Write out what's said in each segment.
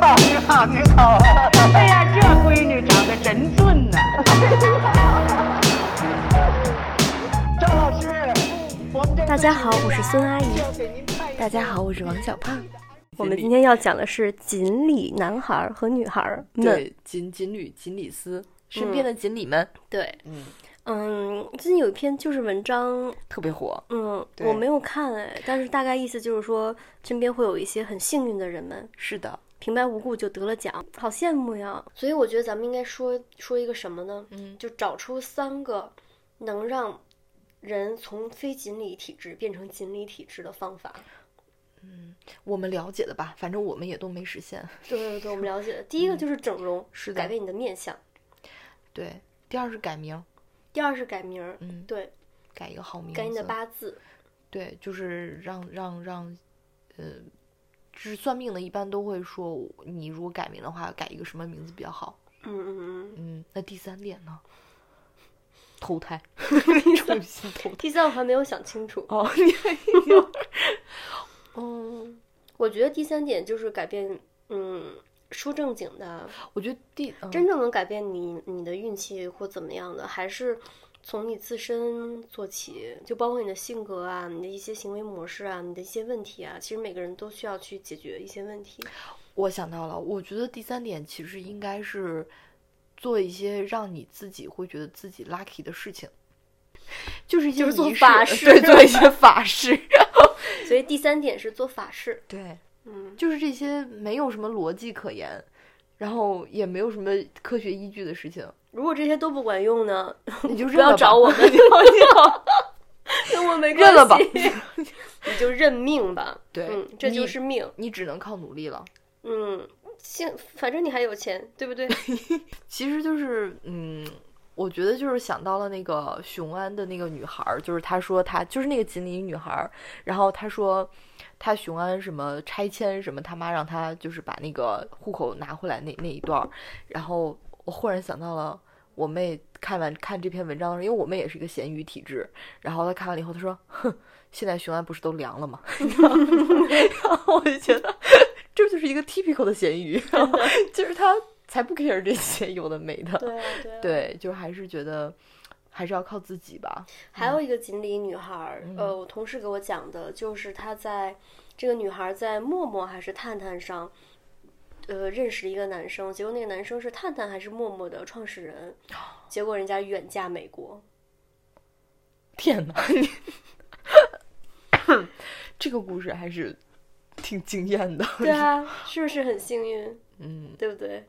长得丑。哎呀，这闺女长得真俊呐、周老师，我们这大家好我是孙阿姨就给您看一下大家好，我是王小胖。我们锦今鲤天要讲的是锦鲤男孩儿和女孩儿们。对锦锦鲤锦鲤丝身边的锦鲤们、对，嗯，嗯，最近有一篇就是文章，特别火。嗯，对我没有看哎，但是大概意思就是说，身边会有一些很幸运的人们，是的，平白无故就得了奖，好羡慕呀！所以我觉得咱们应该说说一个什么呢？嗯，就找出三个能让人从非锦鲤体质变成锦鲤体质的方法。我们了解的吧，反正我们也都没实现。对对对，我们了解的。第一个就是整容，嗯是的改变你的面相；对，第二是改名，第二是改名儿，嗯，对，改一个好名字。改你的八字。对，就是让让让，呃，就是算命的一般都会说，你如果改名的话，改一个什么名字比较好。嗯嗯嗯。嗯，那第三点呢？投胎， 重新投胎。第三我还没有想清楚。哦，你还有， 嗯，我觉得第三点就是改变，嗯，说正经的，我觉得第、嗯、真正能改变你你的运气或怎么样的，还是从你自身做起，就包括你的性格啊、你的一些行为模式啊、你的一些问题啊，其实每个人都需要去解决一些问题。我想到了，我觉得第三点其实应该是做一些让你自己会觉得自己 lucky 的事情，就是一些就是做仪法式，呃事 对，做一些法事，所以第三点是做法事，对，嗯， 就是这些没有什么逻辑可言，然后也没有什么科学依据的事情，如果这些都不管用呢，你 就不认要了吧找我，们，你就跟我 没关系，认了吧， 你就认命吧。对嗯，这你就是命。你只能靠努力了。嗯，幸，反正你还有钱，对 不对？其实就是，嗯，我觉得就是想到了那个雄安的那个女孩儿，就是她说她就是那个锦鲤女孩儿，然后她说她雄安什么拆迁什么，他妈让她就是把那个户口拿回来那那一段儿，然后我忽然想到了我妹看完看这篇文章的时候，因为我妹也是一个咸鱼体质，然后她看完了以后，她说，哼，现在雄安不是都凉了吗？ 然后我就觉得这就是一个 typical 的咸鱼， 就是她才不 care 这些有的没的。对啊，对啊。对，就是还是觉得还是要靠自己吧。还有一个锦鲤女孩儿，呃，我同事给我讲的，就是她在这个女孩儿在陌陌还是探探上，呃，认识一个男生，结果那个男生是探探还是陌陌的创始 人，结果人家远嫁美国， 天哪，你 这个故事还是挺惊艳的。对啊，是不是很幸运？嗯，对不对？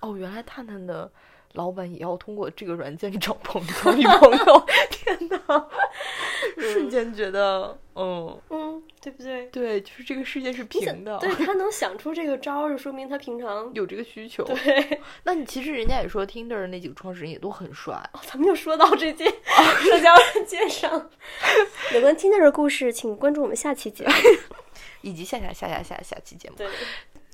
哦，原来探探的老板也要通过这个软件找朋 友、女朋友。天哪， 瞬间觉得，嗯，嗯，对不对？对，就是这个世界是你怎平 的，对他能想出这个招儿，就说明他平常有这个需求。 对。那你其实人家也说，Tinder 的那几个创始人也都很帅。哦咱们又说到这件 社交软件上，有关 Tinder 的故事，请关注我们下期节目。以及下下下下下下期节目，对，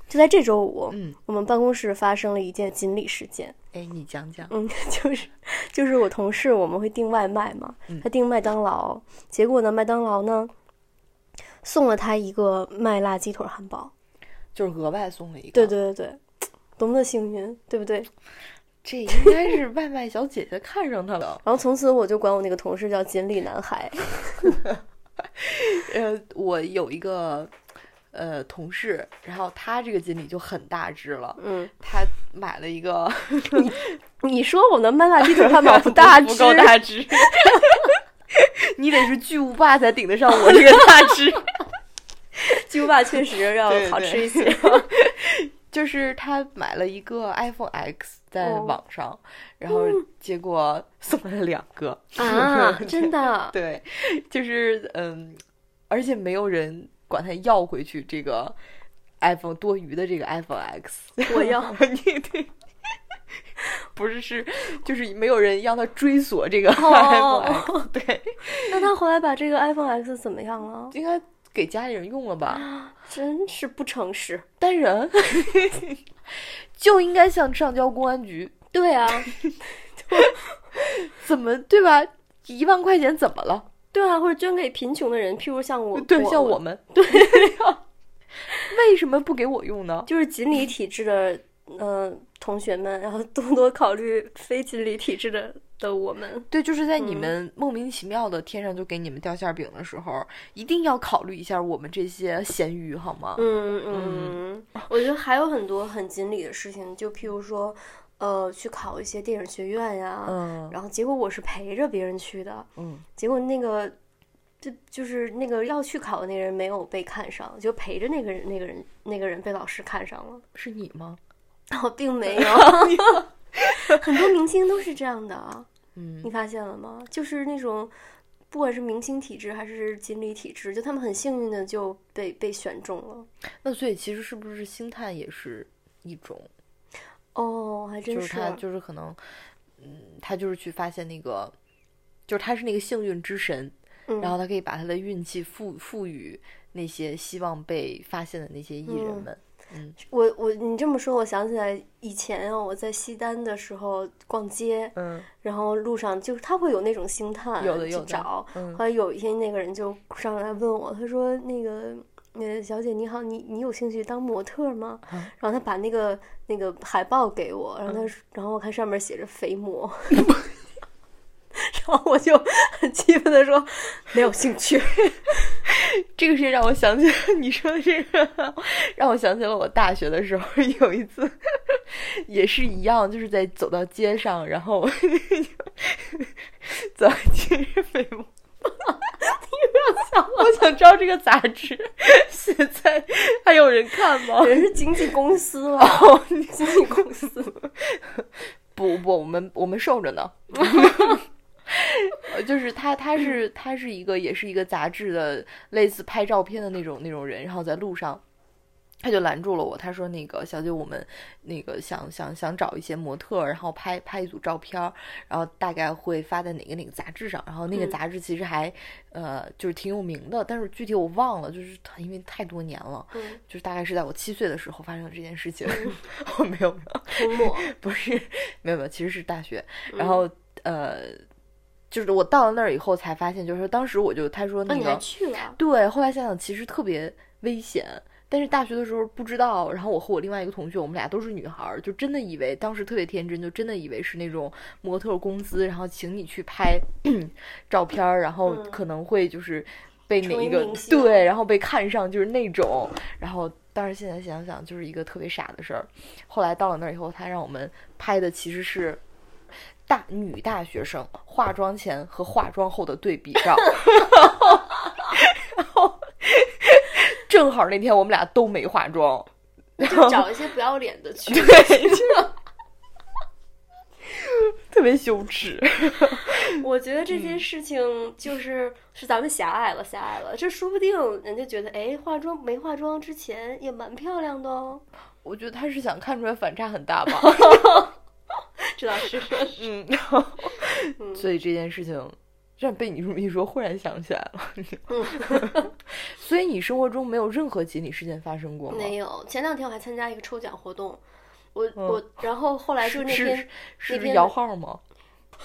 就在这周五，嗯，我们办公室发生了一件锦鲤事件。哎，你讲讲，嗯，就是就是我同事我们会订外卖嘛，嗯他订麦当劳，结果呢，麦当劳呢送了他一个麦辣鸡腿汉堡。就是额外送了一个，对对对对，多么的幸运，对不对？。这应该是外卖小姐姐看上他了 然后从此我就管我那个同事叫锦鲤男孩。呃，我有一个呃同事，然后他这个锦鲤就很大只了，嗯，他买了一个你说我的麦辣鸡 腿汉堡不大不只，够大只， 你得是巨无霸才顶得上我这个大只。 鸡巴确实要对对好吃一些。 就是他买了一个 iPhone X 在哦网上，然后结果送了两个啊，真的，对，就是嗯，而且没有人管他要回去这个 iPhone 多余的这个 iPhone X，我要 你对，不是是就是没有人让他追索这个 iPhone 哦 X，、对，那他回来把这个 iPhone X 怎么样了？应该给家里人用了吧？啊真是不诚实。单人 就应该向上交公安局，对啊，怎么对吧？一万块钱怎么了？对啊，或者捐给贫穷的人，譬如像我，对，像我我们， 为什么不给我用呢？就是锦鲤体质的，呃，同学们，然后多多考虑非锦鲤体质的的我们。对，就是在你嗯们莫名其妙的天上就给你们掉馅儿饼的时候，一定要考虑一下我们这些咸鱼，好吗？嗯嗯，我觉得还有很多很锦鲤的事情，就譬如说，呃，去考一些电影学院呀，嗯然后结果我是陪着别人去的，嗯，结果那个。就就是那个要去考的那个人没有被看上，就陪着那个人那个人那个人被老师看上了，是你吗？然后并没 有，很多明星都是这样的啊。嗯你发现了吗？就是那种，不管是明星体质还是锦鲤体质，就他们很幸运的就被被选中了。那所以其实是不是星探也是一种，哦，还真就是他就是可能，嗯，他就是去发现那个，就是他是那个幸运之神，嗯然后他可以把他的运气赋赋予那些希望被发现的那些艺人嗯们。我我你这么说，我想起来以前啊，我在西单的时候逛街，嗯然后路上就是他会有那种星探有的有去的找。嗯后来有一天，那个人就上来问我，他说：“那个，呃，小姐你好，你你有兴趣当模特吗？”啊嗯然后他把那个那个海报给我，然后他说，然后我看上面写着“肥模”， 然后我就很气愤的说：“没有兴 趣。这个事情让我想起了 你说的这个，让我想起了我大学的时候有一次，也是一样，就是在走到街上，然后 走到街上被摸。我想知道这个杂志现在还有人看吗”？人是经纪公司了， 哦，你经纪公司。不不，我们我们受着呢。 呃就是他，他是他是一个，也是一个杂志的类似拍照片的那种那种人，然后在路上，他就拦住了我，他说：“那个小姐，我们那个想想想找一些模特，然后拍拍一组照片儿，然后大概会发在哪个哪个杂志上。然后那个嗯杂志其实还、呃就是挺有名的，但是具体我忘了，就是它因为太多年了，嗯，就是大概是在我七岁的时候发生的这件事情。 我没有没有，涂抹。不是，没有没有，其实是大学。 嗯然哦后、呃，就是我到了那儿以后才发现，就是说当时我就他说那哦那你个、还去 了？对，后来想想其实特别危险。但是大学的时候不知道，然后我和我另外一个同学，我们俩都是女孩儿，就真的以为当时特别天真，就真的以为是那种模特公司，然后请你去拍 照片儿，然后嗯可能会就是被哪成一为个明星对，然后被看上就是那种，然后当时现在想想就是一个特别傻的事儿。后来到了那儿以后，他让我们拍的其实是大女大学生化妆前和化妆后的对比照，然后正好那天我们俩都没化妆，就找一些不要 脸的去。对，就特别羞耻。 我觉得这嗯件事情就是、是咱们狭隘了，狭隘了。这说不定人家觉得，哎，化妆没化妆之前也蛮漂亮的哦。 我觉得他是想看出来反差很大吧，这倒是， 嗯，然后嗯所以这件事情。这样被你这么一说，忽然想起来了。嗯 所以你生活中没有任何锦鲤事件发生过吗？没有。前两天我还参加一个抽奖活动，我、嗯我，然后后来就是那是天那是天摇号吗？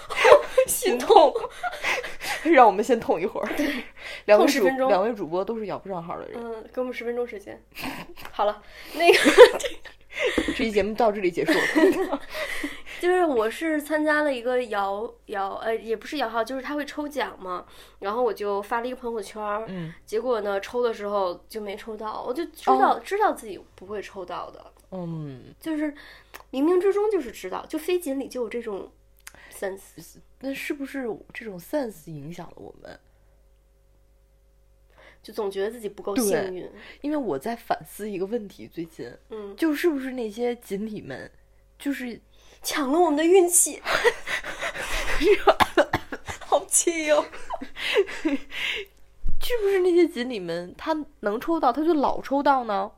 心痛，让我们先痛一会儿。两位10主分钟两位主播都是摇不上号的人。嗯，给我们十分钟时间。 好了，那个这期节目到这里结束了。 就是我是参加了一个摇摇，呃，也不是摇号，就是他会抽奖嘛。然后我就发了一个朋友圈儿，嗯，结果呢，抽的时候就没抽到，我就哦知道、知道自己不会抽到的，嗯，就是冥冥之中就是知道，就非锦里就有这种 sense。那是不是这种 sense 影响了我们？就总觉得自己不够对幸运，因为我在反思一个问题，最近嗯，就是不是那些锦鲤们，就是抢了我们的运气，好气 哟、是不是那些锦鲤们，他能抽到他就老抽到呢？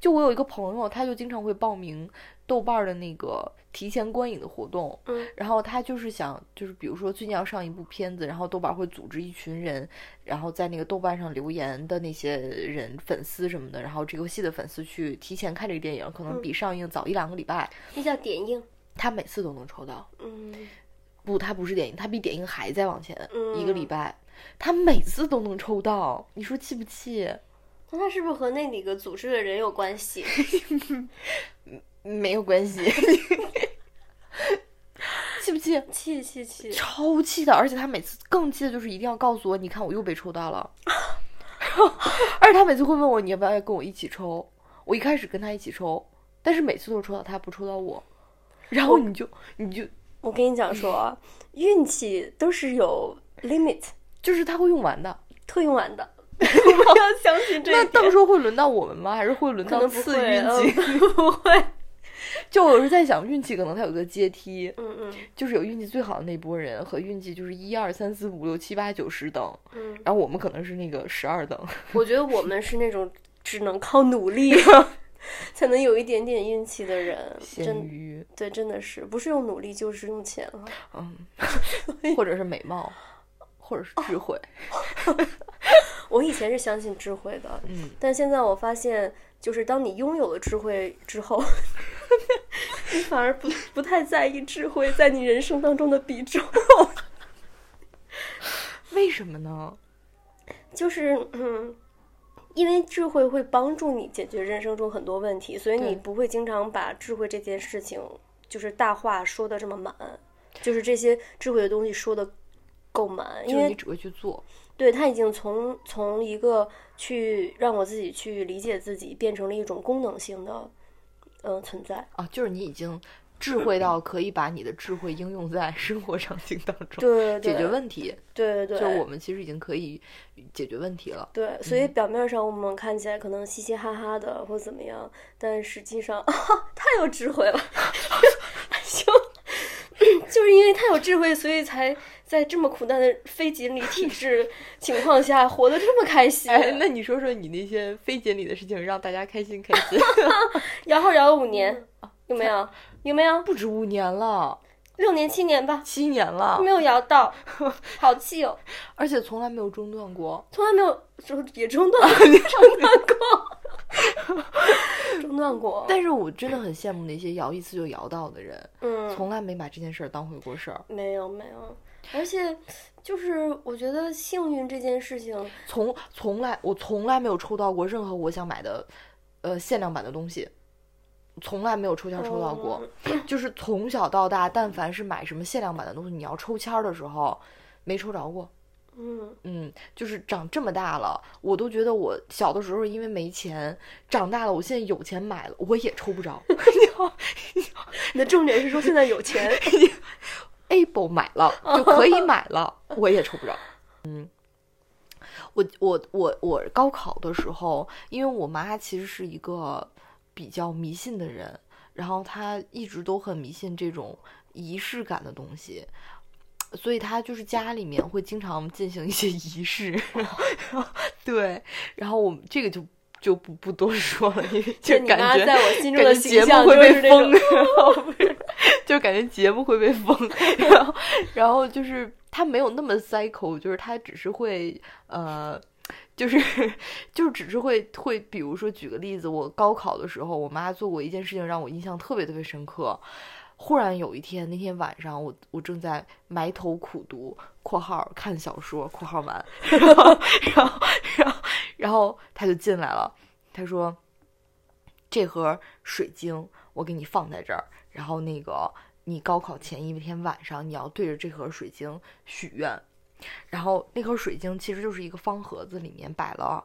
就我有一个朋友，他就经常会报名豆瓣儿的那个提前观影的活动，嗯然后他就是想，就是比如说最近要上一部片子，然后豆瓣会组织一群人，然后在那个豆瓣上留言的那些人粉丝什么的，然后这个戏的粉丝去提前看这个电影，可嗯能比上映早一两个礼拜。这叫点映。他每次都能抽到，嗯，不，他不是点映，他比点映还再往前、一个礼嗯拜，他每次都能抽到，你说气不气？那那他是不是和那里个组织的人有关系？ 没有关系。 气不气？气气气！超气的，而且他每次更气的就是一定要告诉我，你看我又被抽到了， 而且他每次会问我你要不要跟我一起抽，我一开始跟他一起抽，但是每次都抽到他，不抽到我，然后你就你就我跟你讲说啊，运气都是有 limit 就是他会用完的，特用完的， 不要相信这那一到点。时候会轮到我们吗？还是会轮可到能不次会，运气？嗯 不会。 就我是在想运气可能它有个阶梯，嗯嗯就是有运气最好的那波人和运气就是一二三四五六七八九十等，嗯，然后我们可能是那个十二等。 我觉得我们是那种只能靠努力 才能有一点点运气的人，咸真鱼，对，真的是不是用努力就是用钱了。嗯， 或者是美貌， 哦或者是智慧，我以前是相信智慧的，嗯，但现在我发现，就是当你拥有了智慧之后， 你反而不不太在意智慧在你人生当中的比重。 为什么呢？就是嗯，因为智慧会帮助你解决人生中很多问题，所以对你不会经常把智慧这件事情就是大话说的这么满，就是这些智慧的东西说的够满，因就是为你只会去做，对他已经从从一个去让我自己去理解自己，变成了一种功能性的呃存在。啊，就是你已经智慧 到可以把你的智慧应用在生活场景当中，对对对，解决问题。对对就对，我嗯们其实已经可以解决问题了。对，所以表面上我们看起来可能嘻嘻哈哈的或怎么样，但实际上、 太有智慧了， 就 就是因为太有智慧，所以才在这么苦难的非锦鲤体制情况下活得这么开心。 哎，那你说说你那些非锦鲤的事情，让大家开心开心。摇号摇了五年，嗯有没有？有没有？ 不止五年了，六年七年吧，七年了没，有摇到， 好气哦！而且从来没有中断过。从来没有中也中断啊过，中断过， 中断过。但是我真的很羡慕那些摇一次就摇到的人，嗯，从来没把这件事儿当回过事儿。没有没有，而且就是我觉得幸运这件事情，从从来我从来没有抽到过任何我想买的，呃限量版的东西，从来没有抽签抽到过。 就是从小到大，但凡是买什么限量版的东西，你要抽签儿的时候，没抽着过。嗯，嗯，就是长这么大了，我都觉得我小的时候因为没钱，长大了我现在有钱买了，我也抽不着。你的重点是说现在有 钱， able 买了就 可以买了，我也抽不着。嗯，我我我我高考的时候，因为我妈其实是一个比较迷信的人，然后她一直都很迷信这种仪式感的东西。所以她就是家里面会经常进行一些仪式， 对，然后我们这个就就不不多说了，因为就你感妈觉在我心中感的觉形节象目就会是被那封，种，然后不是， 就感觉节目会被封，然后然后就是他没有那么 psycho，就是他只是会呃。就是就是只是会会，比如说举个例子，我高考的时候，我妈做过一件事情让我印象特别特别深刻。忽然有一天，那天晚上我我正在埋头苦读（括号看小说）（括号完），然后然后然后然后他就进来了，他说：“这盒水晶我给你放在这儿，然后那个你高考前一天晚上你要对着这盒水晶许愿，然后那盒水晶其实就是一个方盒子，里面摆了。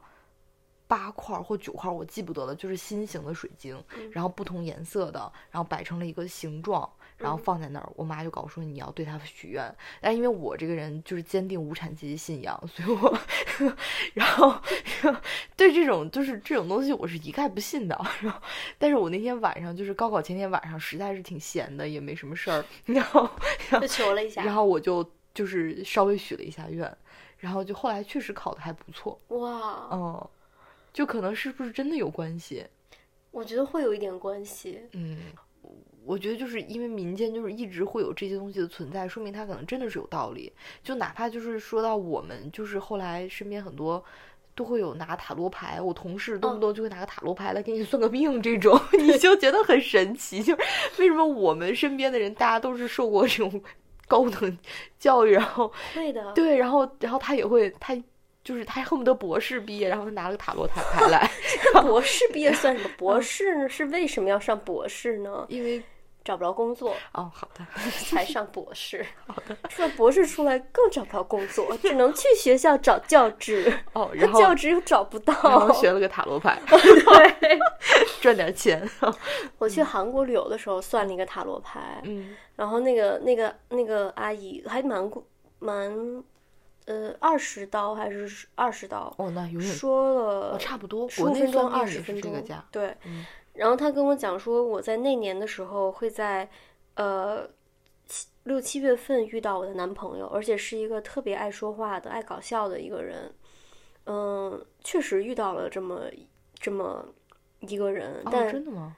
八块儿或九块儿，我记不得了，就是心形的水晶，然后不同颜色的，然后摆成了一个形状，然后嗯放在那儿。我妈就搞说你要对它许愿，但因为我这个人就是坚定无产阶级信仰，所以我， 然后 对这种就是这种东西我是一概不信的。然后，但是我那天晚上就是高考前天晚上，实在是挺闲的，也没什么事儿，然后就 求了一然下，后我就就是稍微许了一下愿，然后就后来确实考的还不错，哇，嗯，就可能是不是真的有关系，我觉得会有一点关系，嗯。我觉得就是因为民间就是一直会有这些东西的存在，说明它可能真的是有道理。就哪怕就是说到我们，就是后来身边很多都会有拿塔罗牌，我同事动不动就会拿个塔罗牌来给你算个命，这 种、你就觉得很神奇。就是为什么我们身边的人大家都是受 过这种高等教育，然后嗯会的，对，然后然后他也会，他就是他恨不得博士毕业，然后他拿了个塔罗塔牌来，博士毕业算什么？博士是为什么要上博士呢？ 因为找不着工作哦，好的，才上博士，除了博士出来更找不着工作，只能去学校找教职。哦，他然后教职又找不到，然后学了个塔罗牌，对，赚点钱，我去韩国旅游的时候算了一个塔罗牌，嗯然后那个那个那个阿姨还蛮过蛮，呃，二十刀还是二十刀， 哦，那永远说哦，了差不多，十国五内分钟算二命十也是分这钟个价，对，嗯然后他跟我讲说，我在那年的时候会在呃七六七月份遇到我的男朋友，而且是一个特别爱说话的、爱搞笑的一个人。嗯，确实遇到了这么这么一个人，哦，但真的吗？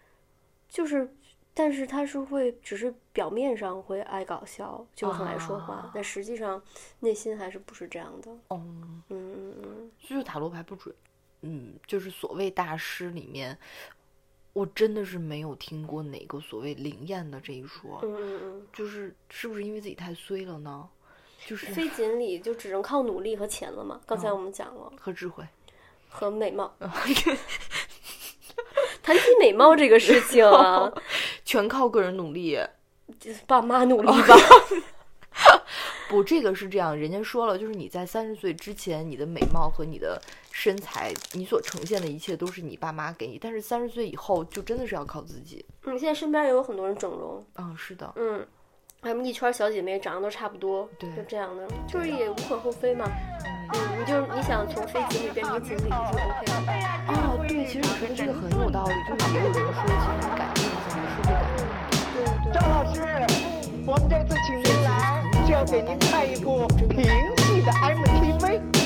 就是，但是他是会，只是表面上会爱搞笑，就很爱说话，啊但实际上内心还是不是这样的。哦，嗯嗯嗯，就是塔罗牌不准，嗯，就是所谓大师里面，我真的是没有听过哪个所谓灵验的这一说，嗯嗯嗯就是是不是因为自己太衰了呢？就是嗯，非锦鲤就只能靠努力和钱了嘛。刚才我们讲了， 和智慧，和美貌， 谈起美貌这个事情啊， 全靠个人努力。就是爸妈努力吧。 不，这个是这样，人家说了，就是你在三十岁之前，你的美貌和你的身材，你所呈现的一切都是你爸妈给你，但是三十岁以后就真的是要靠自己。嗯，现在身边也有很多人整容，嗯，是的，嗯，她们一圈小姐妹长得都差不多，对就这样的，就是也无可厚非嘛。嗯，你就是你想从非锦鲤变成锦鲤就 OK 了。哦，对，其实你说的这个很有道理，就是也有人说，其实改变一下是会改变。对对。张老师，我们这次请您来是要给您看一部平戏的 MTV。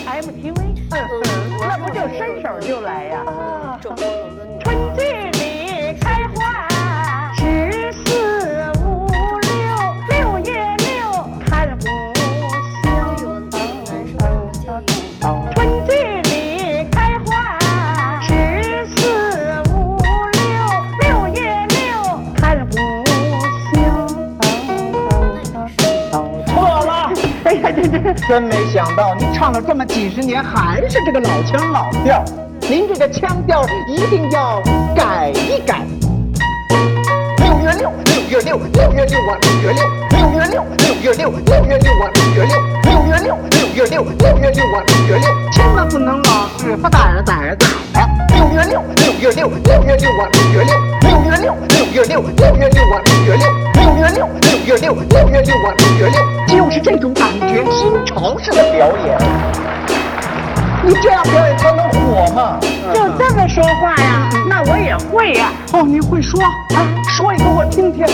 MTV，嗯，那不就伸手就来呀、整过容的女春孩。季里开花，十四五六，六月六看就嗯不有的男生他们介意，休。春季里开花，十四五六，六月六看不休。错了，哎呀，这这真没想到，您唱了这么几十年还是这个老腔老调，您这个腔调一定要改一改。六月六，六月六，六月六啊，六月六，六月六，六月六，六月六啊，六月六，六月六，六月六，六月六啊，六月六，千万不能老是吧嗒儿嗒儿嗒儿。六月六，六月六，六月六啊，六月六，六月六，六月六，六月六啊，六月六，六月六，六月六，六月六啊，六月六，就是这种感觉，新潮式的表演。你这样表演才能火嘛？就这么说话呀？那我也会呀、哦，你会说啊？说一个我听听。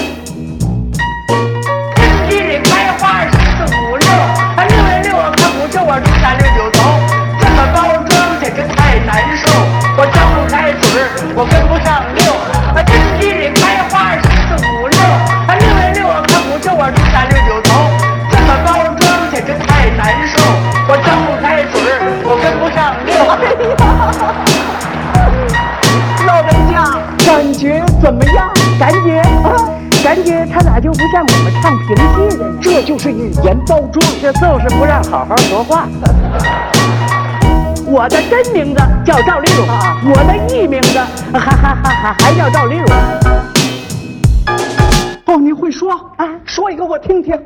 春季里开花，十四五六，啊六月六啊，看不就我出三六九头，这么包装简直太难受，我张不开嘴儿，我跟不上六，啊春季里开花，十四五六，啊六月六啊，看不就我出三六九头，这么包装简直太难受，我张不开嘴儿，我跟不上六。老人家，感觉怎么样？感觉啊，感觉他咋就不像我们唱评戏的呢？这就是语言包装，这就是不让好好说话。我的真名字叫赵丽蓉，我的艺名字还还还还还叫赵丽蓉。哦，你会说啊？说一个我听听。